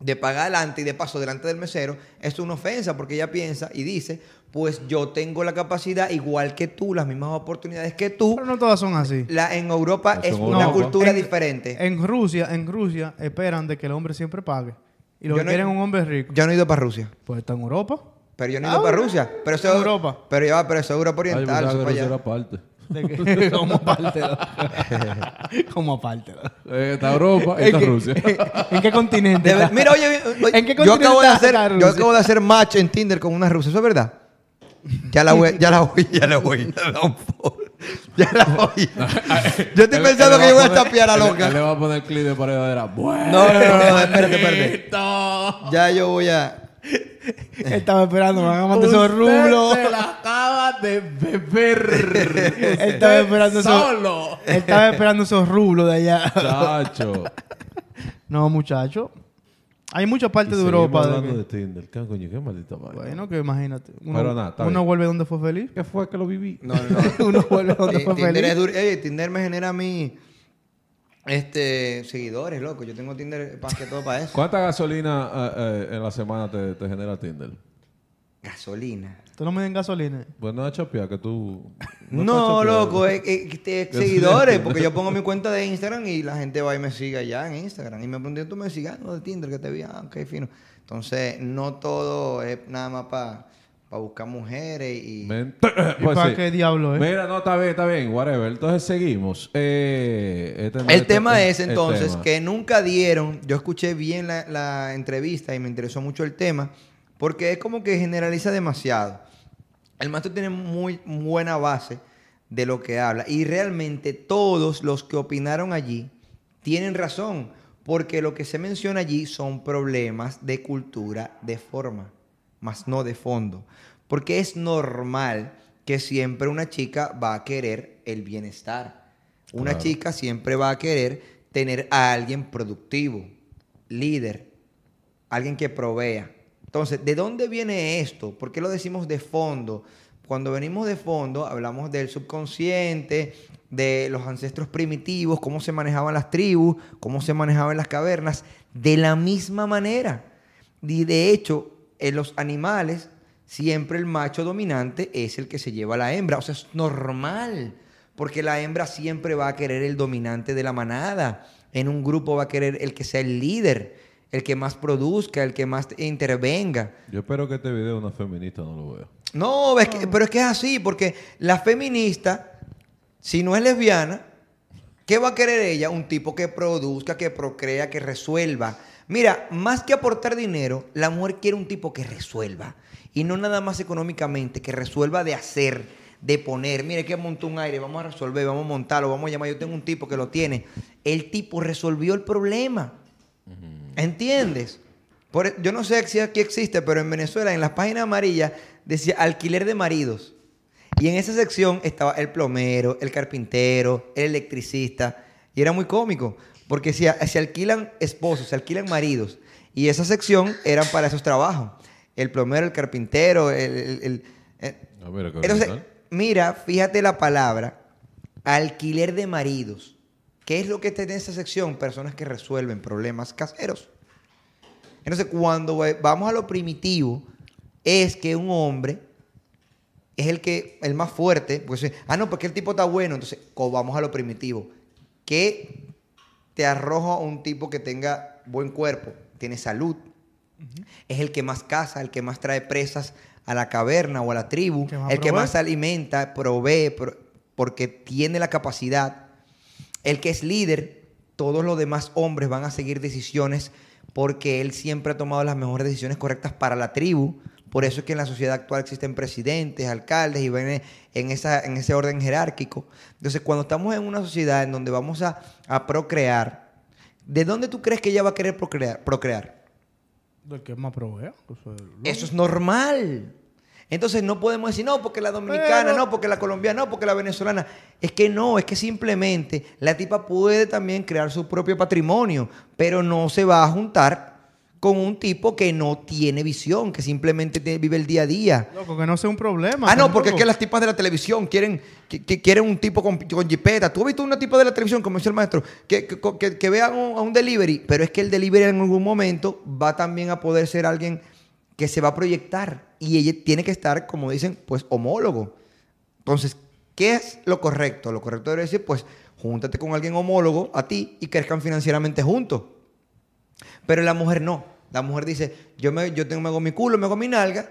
Speaker 3: de pagar adelante y de paso delante del mesero, es una ofensa porque ella piensa y dice, pues yo tengo la capacidad igual que tú, las mismas oportunidades que tú.
Speaker 2: Pero no todas son así.
Speaker 3: La, en Europa
Speaker 1: Eso
Speaker 3: es
Speaker 1: en
Speaker 3: una
Speaker 1: Europa.
Speaker 3: cultura
Speaker 2: en-
Speaker 3: diferente.
Speaker 2: En Rusia, en Rusia esperan de que el hombre siempre pague. Y lo
Speaker 3: Yo
Speaker 2: que
Speaker 3: no-
Speaker 2: quieren es un hombre rico.
Speaker 3: Yo no he ido para Rusia.
Speaker 2: Pues está en Europa.
Speaker 3: Pero yo no he ido para Rusia. Pero eso es
Speaker 2: Ah, Europa.
Speaker 3: Pero ya va, pero eso es Europa
Speaker 1: Ay, pues, yo
Speaker 3: Oriental.
Speaker 1: pensaba
Speaker 3: eso
Speaker 1: que
Speaker 3: para
Speaker 1: Rusia
Speaker 3: allá.
Speaker 1: era parte.
Speaker 2: [LAUGHS] De que- como aparte. ¿no? [LAUGHS] como aparte. ¿no?
Speaker 1: Eh, está
Speaker 3: [LAUGHS]
Speaker 1: Europa, está
Speaker 2: qué-
Speaker 1: Rusia.
Speaker 2: [LAUGHS] ¿En qué continente?
Speaker 3: De ver-
Speaker 2: está? [LAUGHS]
Speaker 3: mira, oye, oye,
Speaker 2: ¿En qué
Speaker 3: yo acabo de
Speaker 2: continente está
Speaker 3: hacer,
Speaker 2: Rusia?
Speaker 3: yo acabo de hacer match en Tinder con una rusa, eso es verdad. Ya la voy, ya la voy, ya la voy. Ya la voy. Ya la voy. Yo estoy pensando que yo voy a chapear a
Speaker 1: Le
Speaker 3: loca.
Speaker 1: va a poner clip de paredadera. Bueno.
Speaker 3: No, no, no, no, espérate, espérate.
Speaker 1: listo.
Speaker 3: Ya yo voy a.
Speaker 2: [LAUGHS] Estaba esperando, van a matar esos
Speaker 1: Usted
Speaker 2: rublos.
Speaker 1: se la acaba de
Speaker 3: [LAUGHS]
Speaker 1: beber.
Speaker 2: Estaba esperando esos.
Speaker 1: Solo.
Speaker 2: [LAUGHS] Estaba esperando esos rublos de allá.
Speaker 1: [LAUGHS] Chacho.
Speaker 2: [LAUGHS] No, muchacho. Hay muchas partes de
Speaker 1: Y
Speaker 2: Europa.
Speaker 1: seguimos
Speaker 2: de
Speaker 1: Hablando
Speaker 2: que-
Speaker 1: de Tinder. ¿Qué coño? Qué maldita madre.
Speaker 2: Bueno, que imagínate. Uno,
Speaker 1: Pero nada, está
Speaker 2: uno
Speaker 1: bien.
Speaker 2: vuelve donde fue feliz.
Speaker 1: ¿Qué fue que lo viví?
Speaker 3: No, no,
Speaker 2: [LAUGHS]
Speaker 3: no.
Speaker 2: uno [LAUGHS] vuelve donde
Speaker 3: Eh,
Speaker 2: fue
Speaker 3: Tinder es
Speaker 2: feliz.
Speaker 3: duro. Ey, Tinder me genera a mí este, seguidores, loco. Yo tengo Tinder más que todo para eso.
Speaker 1: ¿Cuánta gasolina eh, eh, en la semana te, te genera Tinder?
Speaker 3: Gasolina.
Speaker 2: Tú no me den gasolina.
Speaker 1: Pues no es chapear que tú...
Speaker 3: No,
Speaker 1: estás chapeando.
Speaker 3: loco, eh. es, es- es-
Speaker 1: [LAUGHS]
Speaker 3: es seguidores, porque yo pongo mi cuenta de Instagram y la gente va y me sigue allá en Instagram. Y me preguntan, tú me sigas, no, de Tinder, que te vi, ah, ok, fino. Entonces, no todo es nada más para buscar mujeres y...
Speaker 1: Mente- [LAUGHS]
Speaker 2: ¿Y
Speaker 1: Pues
Speaker 2: para
Speaker 1: sí.
Speaker 2: qué
Speaker 3: ¿Eh?
Speaker 2: diablo es?
Speaker 1: Mira, no, está bien, está bien, whatever. Entonces seguimos. Eh, este-
Speaker 3: El
Speaker 1: este-
Speaker 3: tema
Speaker 1: el-
Speaker 3: es
Speaker 1: el
Speaker 3: entonces
Speaker 1: tema.
Speaker 3: que nunca dieron, yo escuché bien la, la entrevista y me interesó mucho el tema, porque es como que generaliza demasiado. El maestro tiene muy buena base de lo que habla y realmente todos los que opinaron allí tienen razón, porque lo que se menciona allí son problemas de cultura de forma, más no de fondo, porque es normal que siempre una chica va a querer el bienestar. Una
Speaker 1: Claro.
Speaker 3: chica siempre va a querer tener a alguien productivo, líder, alguien que provea. Entonces, ¿de dónde viene esto? ¿Por qué lo decimos de fondo? Cuando venimos de fondo, hablamos del subconsciente, de los ancestros primitivos, cómo se manejaban las tribus, cómo se manejaban las cavernas, de la misma manera. Y de hecho, en los animales, siempre el macho dominante es el que se lleva a la hembra. O sea, es normal, porque la hembra siempre va a querer el dominante de la manada. En un grupo va a querer el que sea el líder, el que más produzca, el que más intervenga.
Speaker 1: Yo espero que este video una feminista no lo vea.
Speaker 3: No, es que- pero es que es así, porque la feminista, si no es lesbiana, ¿qué va a querer ella? Un tipo que produzca, que procrea, que resuelva. Mira, más que aportar dinero, la mujer quiere un tipo que resuelva. Y no nada más económicamente, que resuelva de hacer, de poner. Mire, que montó un aire, vamos a resolver, vamos a montarlo, vamos a llamar. Yo tengo un tipo que lo tiene. El tipo resolvió el problema. ¿Entiendes? Por- e, yo no sé si aquí existe, pero en Venezuela, en las páginas amarillas, decía alquiler de maridos. Y en esa sección estaba el plomero, el carpintero, el electricista. Y era muy cómico, porque se, se alquilan esposos, se alquilan maridos. Y esa sección eran para esos trabajos. El plomero, el carpintero, el... el- el- eh.
Speaker 1: A ver, qué
Speaker 3: Entonces,
Speaker 1: brutal.
Speaker 3: mira, fíjate la palabra, alquiler de maridos. ¿Qué es lo que está en esa sección? Personas que resuelven problemas caseros. Entonces, cuando va- vamos a lo primitivo, es que un hombre es el que el más fuerte, pues ah no, porque el tipo está bueno, entonces co- vamos a lo primitivo. ¿Qué te arroja un tipo que tenga buen cuerpo, tiene salud? Es el que más caza, el que más trae presas a la caverna o a la tribu,
Speaker 2: Que más
Speaker 3: el que
Speaker 2: provee.
Speaker 3: más alimenta, provee, pro- porque tiene la capacidad el que es líder, todos los demás hombres van a seguir decisiones porque él siempre ha tomado las mejores decisiones correctas para la tribu. Por eso es que en la sociedad actual existen presidentes, alcaldes y ven en, esa, en ese orden jerárquico. Entonces, cuando estamos en una sociedad en donde vamos a, a procrear, ¿de dónde tú crees que ella va a querer procrear? procrear?
Speaker 2: Del que más provea. pues, el-
Speaker 3: Eso es normal. Entonces no podemos decir, no, porque la dominicana,
Speaker 2: Pero-
Speaker 3: no, porque la colombiana, no, porque la venezolana. Es que no, es que simplemente la tipa puede también crear su propio patrimonio, pero no se va a juntar con un tipo que no tiene visión, que simplemente te- vive el día a día.
Speaker 2: Loco, que no sea un problema.
Speaker 3: Ah, no, porque es
Speaker 2: loco.
Speaker 3: que las tipas de la televisión quieren, que, que quieren un tipo con, con jipeta. ¿Tú has visto una tipa de la televisión, como dice el maestro, que, que, que- que vean un- a un delivery? Pero es que el delivery en algún momento va también a poder ser alguien que se va a proyectar. Y ella tiene que estar, como dicen, pues homólogo. Entonces, ¿qué es lo correcto? Lo correcto debe decir, pues, júntate con alguien homólogo a ti y crezcan financieramente juntos. Pero la mujer no. La mujer dice, yo me, yo tengo, me hago mi culo, me hago mi nalga,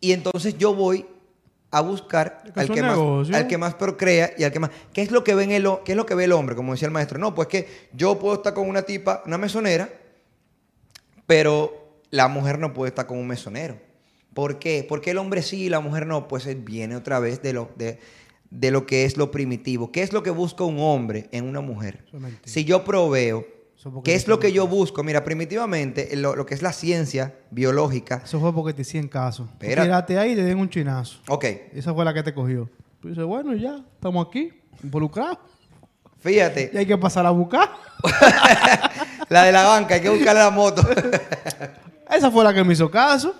Speaker 3: y entonces yo voy a buscar
Speaker 2: Es que es
Speaker 3: al
Speaker 2: un
Speaker 3: que, más,
Speaker 2: negocio.
Speaker 3: al que más procrea y al que más... ¿Qué es lo que, ven el, ho- ¿Qué es lo que ve el hombre? Como decía el maestro. No, pues que yo puedo estar con una tipa, una mesonera, pero la mujer no puede estar con un mesonero. ¿Por qué? Porque el hombre sí y la mujer no. Pues eh, viene otra vez de lo, de, de lo que es lo primitivo. ¿Qué es lo que busca un hombre en una mujer?
Speaker 2: Eso es mentira.
Speaker 3: Si yo proveo,
Speaker 2: Eso porque
Speaker 3: ¿qué
Speaker 2: yo
Speaker 3: es lo que
Speaker 2: tengo-
Speaker 3: yo busco? Mira, primitivamente, eh, lo, lo que es la ciencia biológica.
Speaker 2: Eso fue porque te hicieron caso. Tú
Speaker 3: Espera.
Speaker 2: Tiraste ahí y te den un chinazo.
Speaker 3: Ok,
Speaker 2: Esa fue la que te cogió. Tú dices, bueno, ya, estamos aquí, involucrados.
Speaker 3: fíjate,
Speaker 2: Y hay que pasar a buscar.
Speaker 3: la de la banca, hay que buscarle la moto. [LAUGHS]
Speaker 2: Esa fue la que me hizo caso,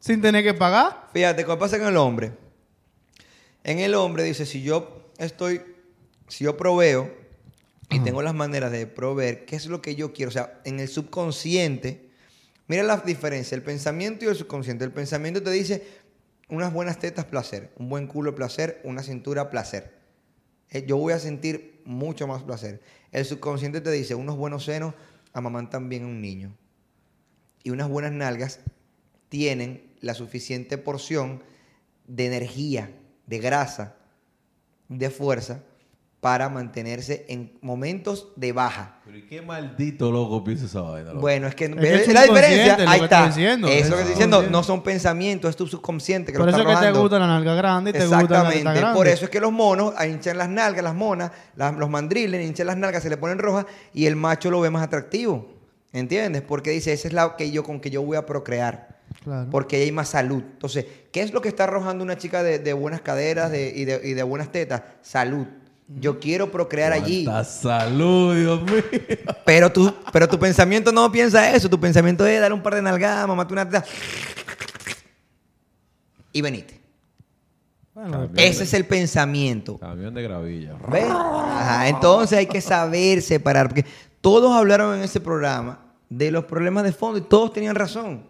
Speaker 2: sin tener que pagar.
Speaker 3: Fíjate, ¿qué pasa con el hombre? En el hombre dice, si yo estoy, si yo proveo y tengo las maneras de proveer, ¿qué es lo que yo quiero? O sea, en el subconsciente, mira la diferencia, el pensamiento y el subconsciente. El pensamiento te dice unas buenas tetas, placer, un buen culo, placer, una cintura, placer. Eh, Yo voy a sentir mucho más placer. El subconsciente te dice unos buenos senos amamantan bien a un niño y unas buenas nalgas tienen la suficiente porción de energía, de grasa, de fuerza para mantenerse en momentos de baja.
Speaker 1: Pero ¿y qué maldito loco piensa esa vaina? loco?
Speaker 3: Bueno, es que
Speaker 2: que
Speaker 3: ¿ves
Speaker 2: es
Speaker 3: la
Speaker 2: subconsciente
Speaker 3: diferencia,
Speaker 2: lo
Speaker 3: ahí
Speaker 2: que
Speaker 3: está.
Speaker 2: estoy diciendo,
Speaker 3: es
Speaker 2: es
Speaker 3: lo que estoy diciendo, no
Speaker 2: subconsciente.
Speaker 3: son pensamientos, es tu subconsciente que
Speaker 2: Por
Speaker 3: lo
Speaker 2: eso
Speaker 3: está
Speaker 2: es que te
Speaker 3: rodando.
Speaker 2: gusta la nalga grande y te gusta la
Speaker 3: Exactamente.
Speaker 2: nalga grande.
Speaker 3: Por eso es que los monos hinchan las nalgas, las monas, las- los mandriles, hinchan las nalgas, se le ponen rojas y el macho lo ve más atractivo. ¿Entiendes? Porque dice, esa es la que yo con que yo voy a procrear.
Speaker 2: Claro.
Speaker 3: Porque ahí hay más salud. Entonces, ¿qué es lo que está arrojando una chica de, de buenas caderas de- y, de, y de buenas tetas? Salud. Yo quiero procrear allí.
Speaker 1: Cuánta salud, Dios mío.
Speaker 3: Pero tu, pero tu pensamiento no piensa eso. Tu pensamiento es dar un par de nalgadas, mamarte una teta. Y venite.
Speaker 2: Bueno,
Speaker 1: Cambio.
Speaker 3: Ese es el pensamiento.
Speaker 1: Camión de gravilla.
Speaker 3: ¿Ves? Ajá, entonces hay que saber separar. Porque todos hablaron en ese programa de los problemas de fondo y todos tenían razón.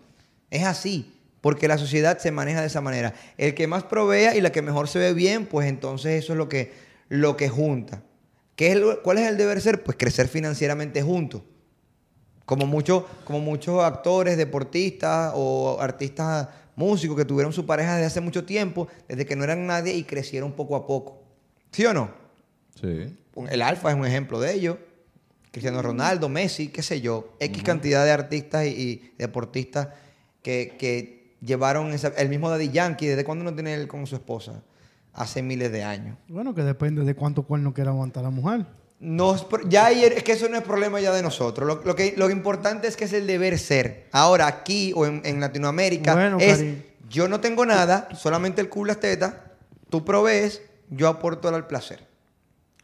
Speaker 3: Es así. Porque la sociedad se maneja de esa manera. El que más provea y la que mejor se ve bien, pues entonces eso es lo que, lo que junta. ¿Qué es lo- ¿Cuál es el deber ser? Pues crecer financieramente juntos. Como, mucho- como muchos actores, deportistas o artistas músicos que tuvieron su pareja desde hace mucho tiempo, desde que no eran nadie y crecieron poco a poco. ¿Sí o no?
Speaker 1: Sí.
Speaker 3: El Alfa es un ejemplo de ello. Cristiano Ronaldo, Messi, qué sé yo. X cantidad de artistas y, y deportistas que, que llevaron esa- el mismo Daddy Yankee. ¿Desde cuándo no tiene él con su esposa? Hace miles de años.
Speaker 2: Bueno, que depende de cuánto cuerno quiera aguantar la mujer.
Speaker 3: No es pro- ya ahí es que eso no es problema ya de nosotros. Lo, lo que, lo importante es que es el deber ser. Ahora, aquí o en, en Latinoamérica,
Speaker 2: Bueno,
Speaker 3: es
Speaker 2: Karim.
Speaker 3: yo no tengo nada, solamente el culo y las tetas, tú provees, yo aporto al placer.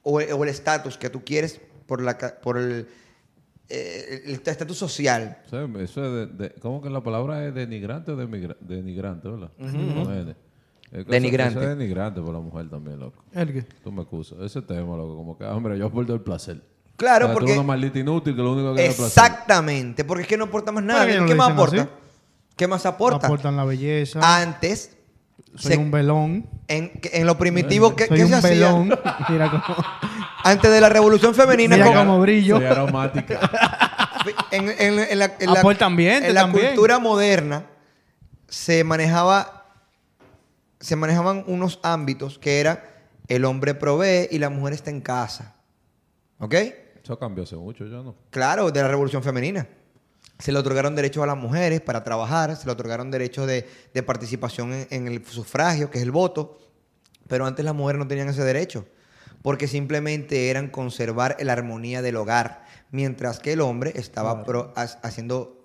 Speaker 3: O, el- o el estatus que tú quieres por, la, ca- por el eh, el estatus social.
Speaker 1: O sea, eso es de, de- ¿Cómo que la palabra es denigrante o demigra- denigrante, verdad? Con N. Es que
Speaker 3: Denigrante.
Speaker 1: Eso, eso es denigrante por la mujer también, loco.
Speaker 2: ¿El qué?
Speaker 1: Tú me acusas. Ese tema, loco, como que, hombre, yo aporto el placer.
Speaker 3: Claro,
Speaker 1: O sea, tú
Speaker 3: porque-
Speaker 1: eres una maldita inútil que lo único que da es placer.
Speaker 3: Exactamente, porque es que no aporta más nada.
Speaker 2: Pero ellos no
Speaker 3: ¿Qué
Speaker 2: Pues lo
Speaker 3: más
Speaker 2: dicen
Speaker 3: aporta?
Speaker 2: así.
Speaker 3: ¿Qué más aporta?
Speaker 2: Aportan la belleza.
Speaker 3: Antes,
Speaker 2: soy
Speaker 3: se-
Speaker 2: un velón.
Speaker 3: en, en lo primitivo, que
Speaker 2: soy
Speaker 3: qué
Speaker 2: un
Speaker 3: se hacía?
Speaker 2: velón. [LAUGHS] Mira cómo.
Speaker 3: Antes de la revolución femenina,
Speaker 2: Mira
Speaker 3: ¿cómo-
Speaker 2: cómo brillo.
Speaker 1: Soy aromática.
Speaker 3: en, en- en la, en la-
Speaker 2: Aporta ambiente
Speaker 3: en la
Speaker 2: también.
Speaker 3: cultura moderna se manejaba se manejaban unos ámbitos que era el hombre provee y la mujer está en casa. ¿Ok?
Speaker 1: eso cambió hace mucho, yo no.
Speaker 3: Claro, de la revolución femenina. Se le otorgaron derechos a las mujeres para trabajar, se le otorgaron derechos de, de participación en, en el sufragio, que es el voto, pero antes las mujeres no tenían ese derecho, porque simplemente eran conservar la armonía del hogar, mientras que el hombre estaba pro- ha- haciendo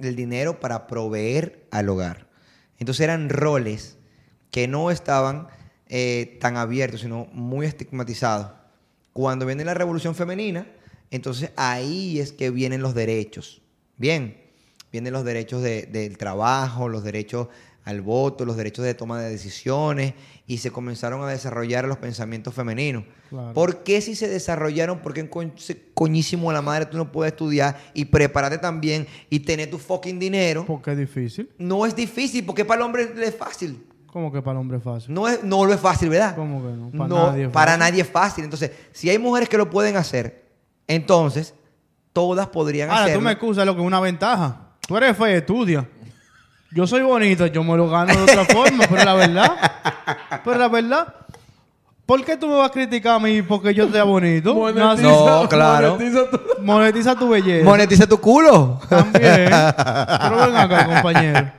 Speaker 3: el dinero para proveer al hogar. Entonces eran roles que no estaban eh, tan abiertos, sino muy estigmatizados. Cuando viene la revolución femenina, entonces ahí es que vienen los derechos. Bien, vienen los derechos de- del trabajo, los derechos al voto, los derechos de toma de decisiones y se comenzaron a desarrollar los pensamientos femeninos.
Speaker 2: Claro.
Speaker 3: ¿Por qué si se desarrollaron? ¿Por qué en coñ- se- coñísimo a la madre tú no puedes estudiar y prepararte también y tener tu fucking dinero?
Speaker 2: Porque es difícil.
Speaker 3: No es difícil, porque para el hombre es fácil.
Speaker 2: ¿Cómo que para el hombre es fácil?
Speaker 3: No, es, no lo es fácil, ¿verdad?
Speaker 2: ¿Cómo que no? Para
Speaker 3: no,
Speaker 2: nadie es
Speaker 3: para
Speaker 2: fácil.
Speaker 3: nadie es fácil. Entonces, si hay mujeres que lo pueden hacer, entonces todas podrían
Speaker 2: Ahora, tú
Speaker 3: hacerlo.
Speaker 2: me excusas lo que es una ventaja. Tú eres feo, estudia. Yo soy bonita, yo me lo gano de
Speaker 3: [LAUGHS]
Speaker 2: otra forma, pero la verdad, pero la verdad, ¿por qué tú me vas a criticar a mí porque yo sea bonito?
Speaker 1: Monetiza-
Speaker 3: No, claro.
Speaker 1: monetiza tu-
Speaker 2: Monetiza tu belleza.
Speaker 3: Monetiza tu culo. [LAUGHS]
Speaker 2: También. Pero ven acá, compañero.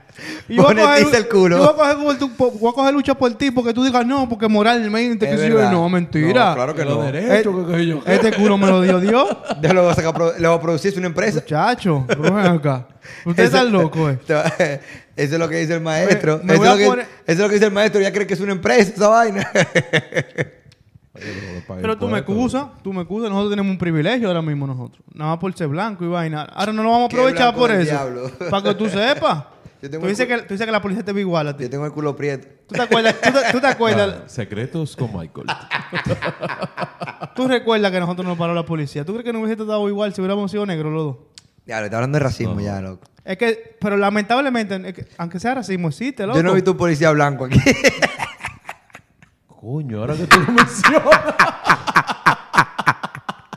Speaker 2: Y voy a coger-
Speaker 3: Monetiza el culo.
Speaker 2: y voy a coger, como tú- po- voy a coger lucha por ti porque tú digas no, porque moralmente, que
Speaker 3: Es
Speaker 2: sé yo.
Speaker 3: verdad.
Speaker 2: No, mentira.
Speaker 3: No, claro que
Speaker 1: Los
Speaker 3: no.
Speaker 1: derechos, que- que yo-
Speaker 2: Este culo me lo dio Dios.
Speaker 3: Ya lo vas a, sacar pro- lo va a producir [LAUGHS] es una empresa.
Speaker 2: Muchacho, pero ven acá. Ustedes
Speaker 3: Eso-
Speaker 2: están locos, eh.
Speaker 3: te va- [LAUGHS] Eso es lo que dice el maestro.
Speaker 2: Me- me
Speaker 3: eso,
Speaker 2: voy
Speaker 3: es
Speaker 2: a
Speaker 3: lo que,
Speaker 2: poner-
Speaker 3: eso es lo que dice el maestro. Ya cree que es una empresa esa vaina. [LAUGHS]
Speaker 2: Pero tú me excusas, tú me excusas. Nosotros tenemos un privilegio ahora mismo nosotros. Nada más por ser blanco y vaina. Ahora no lo vamos a
Speaker 3: Qué
Speaker 2: aprovechar
Speaker 3: blanco
Speaker 2: por
Speaker 3: del
Speaker 2: eso. [LAUGHS]
Speaker 3: diablo.
Speaker 2: Para que tú sepas.
Speaker 3: [LAUGHS] Yo tengo
Speaker 2: Tú
Speaker 3: el
Speaker 2: dices,
Speaker 3: cu-
Speaker 2: que, tú dices que la policía te ve igual
Speaker 3: [LAUGHS]
Speaker 2: a ti.
Speaker 3: Yo tengo el culo prieto.
Speaker 2: ¿Tú te acuerdas? ¿Tú te, tú te [LAUGHS] acuerdas?
Speaker 1: Ah, Secretos con Michael.
Speaker 2: ¿Tú recuerdas que nosotros nos paró la policía? ¿Tú crees que nos hubiese dado igual si hubiéramos sido negros los dos?
Speaker 3: Ya, le está hablando de racismo
Speaker 1: No.
Speaker 3: ya, loco.
Speaker 2: Es que, pero lamentablemente, es que, aunque sea racismo, existe, loco.
Speaker 3: Yo no he visto un policía blanco aquí. [LAUGHS]
Speaker 1: Coño, ahora que tú lo
Speaker 3: [LAUGHS]
Speaker 1: mencionas.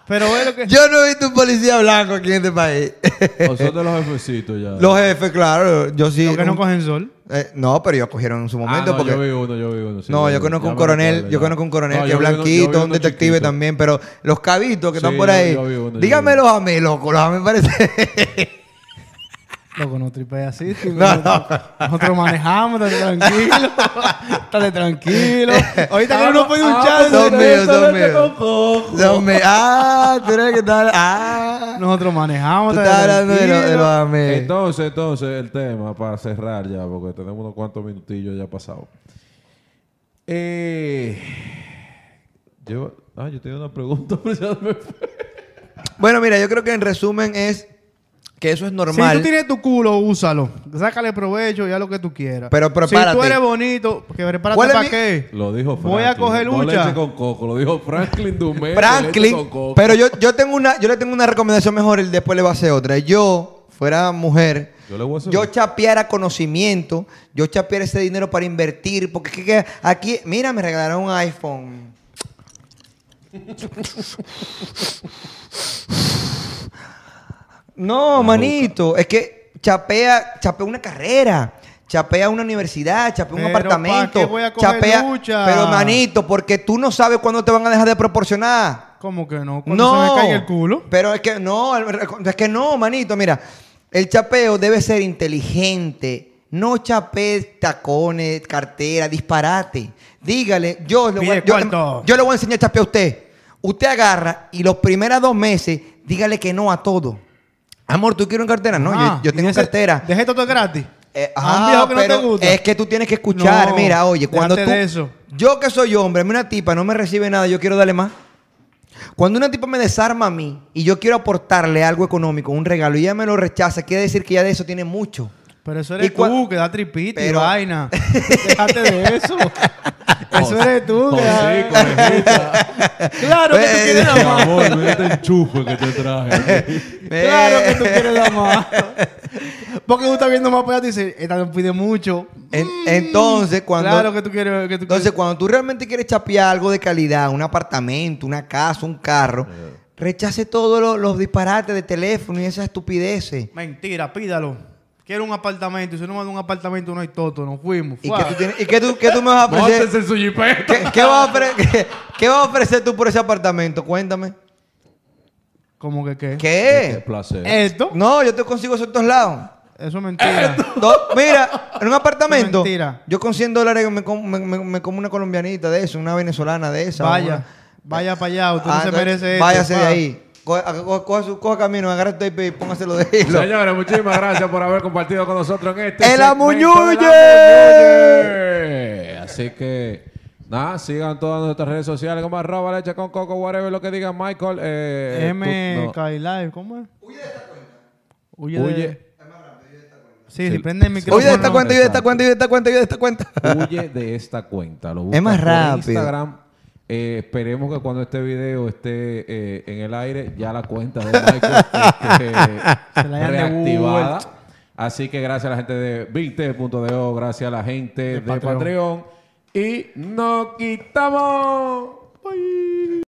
Speaker 2: Pero es lo que...
Speaker 3: Yo no he visto un policía blanco aquí en este país.
Speaker 1: Nosotros los jefecitos ya.
Speaker 3: Los jefes, claro. Yo sí.
Speaker 2: lo que no
Speaker 3: un-
Speaker 2: cogen sol.
Speaker 3: eh, no, pero ellos cogieron en su
Speaker 1: Ah,
Speaker 3: momento
Speaker 1: no,
Speaker 3: porque.
Speaker 1: yo vi uno, yo vi uno. sí,
Speaker 3: no,
Speaker 1: vi
Speaker 3: yo
Speaker 1: uno.
Speaker 3: conozco
Speaker 1: Ya
Speaker 3: un
Speaker 1: me
Speaker 3: coronel,
Speaker 1: recuerdo,
Speaker 3: yo
Speaker 1: ya.
Speaker 3: conozco un coronel
Speaker 1: No,
Speaker 3: que
Speaker 1: yo
Speaker 3: es
Speaker 1: vi uno- yo vi
Speaker 3: blanquito, un
Speaker 1: uno
Speaker 3: detective
Speaker 1: chiquito.
Speaker 3: también, pero los cabitos que
Speaker 1: Sí,
Speaker 3: están por
Speaker 1: yo-
Speaker 3: ahí.
Speaker 1: yo vi uno, yo
Speaker 3: Dígamelos
Speaker 1: vi
Speaker 3: a mí, loco, los a mí me parece. [LAUGHS]
Speaker 2: Loco, no tripees así. tú.
Speaker 3: No,
Speaker 2: nosotros, nosotros manejamos, estate tranquilo. [LAUGHS] estate
Speaker 3: [LAUGHS]
Speaker 2: tranquilo. Ahorita que uno puede un
Speaker 1: Ah,
Speaker 2: chance.
Speaker 3: Dios
Speaker 1: pero
Speaker 3: mío,
Speaker 1: esto
Speaker 3: Dios
Speaker 1: no es de
Speaker 3: mío.
Speaker 1: coco.
Speaker 3: Dios mío. Ah, tú eres que tal. Ah.
Speaker 2: Nosotros manejamos.
Speaker 3: Tú
Speaker 2: estate
Speaker 3: estás hablando de, lo- de
Speaker 2: tranquilo.
Speaker 3: los amigos.
Speaker 1: Entonces, entonces, el tema para cerrar ya, porque tenemos unos cuantos minutillos ya pasados. Eh, yo, ah, yo tenía una pregunta, [LAUGHS] pero ya me fue.
Speaker 3: Bueno, mira, yo creo que en resumen es que eso es normal.
Speaker 2: Si tú tienes tu culo, úsalo. Sácale provecho y haz lo que tú quieras.
Speaker 3: Pero
Speaker 2: Si
Speaker 3: prepárate.
Speaker 2: tú eres bonito, que prepárate
Speaker 3: ¿Cuál es
Speaker 2: para
Speaker 3: mi-
Speaker 2: qué.
Speaker 1: Lo dijo Franklin.
Speaker 2: Voy a coger
Speaker 1: No
Speaker 2: lucha.
Speaker 1: leche con coco, lo dijo Franklin Dumé.
Speaker 3: Franklin, pero yo, yo tengo una, yo le tengo una recomendación mejor, él después le va a hacer otra. Yo, fuera mujer,
Speaker 1: Yo le voy a hacer
Speaker 3: yo
Speaker 1: una.
Speaker 3: chapeara conocimiento, yo chapeara ese dinero para invertir, porque que- que aquí, mira, me regalaron un iPhone. No, manito, es que chapea, chapea una carrera. Chapea una universidad, chapea un
Speaker 2: Pero, ¿pa'
Speaker 3: apartamento.
Speaker 2: qué voy a coger
Speaker 3: chapea,
Speaker 2: lucha?
Speaker 3: Pero manito, porque tú no sabes cuándo te van a dejar de proporcionar.
Speaker 2: ¿Cómo que no? Cuando
Speaker 3: No.
Speaker 2: se me caiga el culo.
Speaker 3: Pero es que no, es que no, manito, mira. El chapeo debe ser inteligente. No chapees tacones, cartera, disparate. Dígale, yo le, voy, a-
Speaker 2: Pide
Speaker 3: yo,
Speaker 2: cuarto.
Speaker 3: yo le voy a enseñar chapeo a usted. Usted agarra y los primeros dos meses, dígale que no a todo. Amor, ¿tú quieres una cartera? No,
Speaker 2: Ah,
Speaker 3: yo, yo
Speaker 2: y
Speaker 3: tengo
Speaker 2: ese-
Speaker 3: cartera.
Speaker 2: Deja esto todo gratis.
Speaker 3: Eh,
Speaker 2: A un
Speaker 3: ah,
Speaker 2: viejo que no te
Speaker 3: pero
Speaker 2: gusta.
Speaker 3: Es que tú tienes que escuchar.
Speaker 2: No,
Speaker 3: Mira, oye, cuando tú.
Speaker 2: déjate de eso.
Speaker 3: Yo que soy hombre, a mí una tipa no me recibe nada, yo quiero darle más. Cuando una tipa me desarma a mí y yo quiero aportarle algo económico, un regalo, y ella me lo rechaza, quiere decir que ya de eso tiene mucho.
Speaker 2: Pero eso
Speaker 3: Y
Speaker 2: eres
Speaker 3: cua-
Speaker 2: tú, que da tripita
Speaker 3: Pero-
Speaker 2: y
Speaker 3: [LAUGHS]
Speaker 2: vaina. Déjate de eso. eso eres tú, que da- [LAUGHS] Claro que tú
Speaker 3: Eh,
Speaker 2: quieres la más.
Speaker 1: amor, mira este enchufe que te traje.
Speaker 2: Claro que tú quieres la
Speaker 3: [LAUGHS]
Speaker 2: más. Porque tú estás viendo más para allá y dices, esta no pide mucho.
Speaker 3: En- entonces, cuando.
Speaker 2: Mm, Claro que tú quieres. Que tú
Speaker 3: Entonces, cuando tú realmente quieres chapear algo de calidad, un apartamento, una casa, un carro, rechace todos los, los disparates de teléfono y esas estupideces.
Speaker 2: quieres- Mentira, pídalo. Quiero un apartamento. Y si no me da un apartamento, no hay toto. Nos fuimos.
Speaker 3: ¿Y
Speaker 2: Fua.
Speaker 3: qué tú, tienes- y qué tú- qué tú me vas
Speaker 1: [LAUGHS]
Speaker 3: a ofrecer?
Speaker 1: Móntese en su jipeta.
Speaker 3: ¿Qué, qué vas a ofre- qué- qué vas a ofrecer tú por ese apartamento? Cuéntame.
Speaker 2: ¿Cómo que qué? Eh,
Speaker 1: Qué
Speaker 3: ¿Qué?
Speaker 1: placer.
Speaker 2: Esto.
Speaker 3: No, yo te consigo eso en todos lados.
Speaker 2: Eso es mentira.
Speaker 3: No, mira, en un apartamento.
Speaker 2: Mentira.
Speaker 3: Yo con 100 dólares me, com- me- me- me como una colombianita de eso, una venezolana de esa.
Speaker 2: Vaya.
Speaker 3: una-
Speaker 2: Vaya para allá. Usted
Speaker 3: Ah,
Speaker 2: no se
Speaker 3: entonces,
Speaker 2: merece esto.
Speaker 3: Váyase de
Speaker 2: pa.
Speaker 3: ahí. Coge, a- coge- coge su- coge camino, agarra el tape y póngaselo de [LAUGHS] hilo.
Speaker 1: Señores, muchísimas gracias por haber compartido con nosotros en este.
Speaker 3: ¡El
Speaker 1: segmento
Speaker 3: Amuñuye!
Speaker 1: del Amuñuye. Así que, nada, sigan todas nuestras redes sociales como arroba leche con coco, whatever lo que diga Michael. Eh, tú-
Speaker 2: M.
Speaker 1: no.
Speaker 2: Live, ¿cómo es? Huye de esta cuenta. Huye.
Speaker 1: Huye,
Speaker 2: Sí,
Speaker 1: Sí.
Speaker 2: si prende el micrófono.
Speaker 3: Oye, de esta cuenta, oye, de esta
Speaker 1: Exacto.
Speaker 3: cuenta, oye, de esta cuenta, oye, de esta cuenta.
Speaker 1: huye de esta cuenta. Lo buscas
Speaker 3: más
Speaker 1: por
Speaker 3: rápido.
Speaker 1: Instagram. Eh, esperemos que cuando este video esté eh, en el aire, ya la cuenta de Michael esté eh,
Speaker 2: [LAUGHS] Se la hayan
Speaker 1: reactivada.
Speaker 2: devuelto.
Speaker 1: Así que gracias a la gente de Vinte.deo, gracias a la gente de,
Speaker 2: Patreon.
Speaker 1: Patreon. Y nos quitamos. Bye.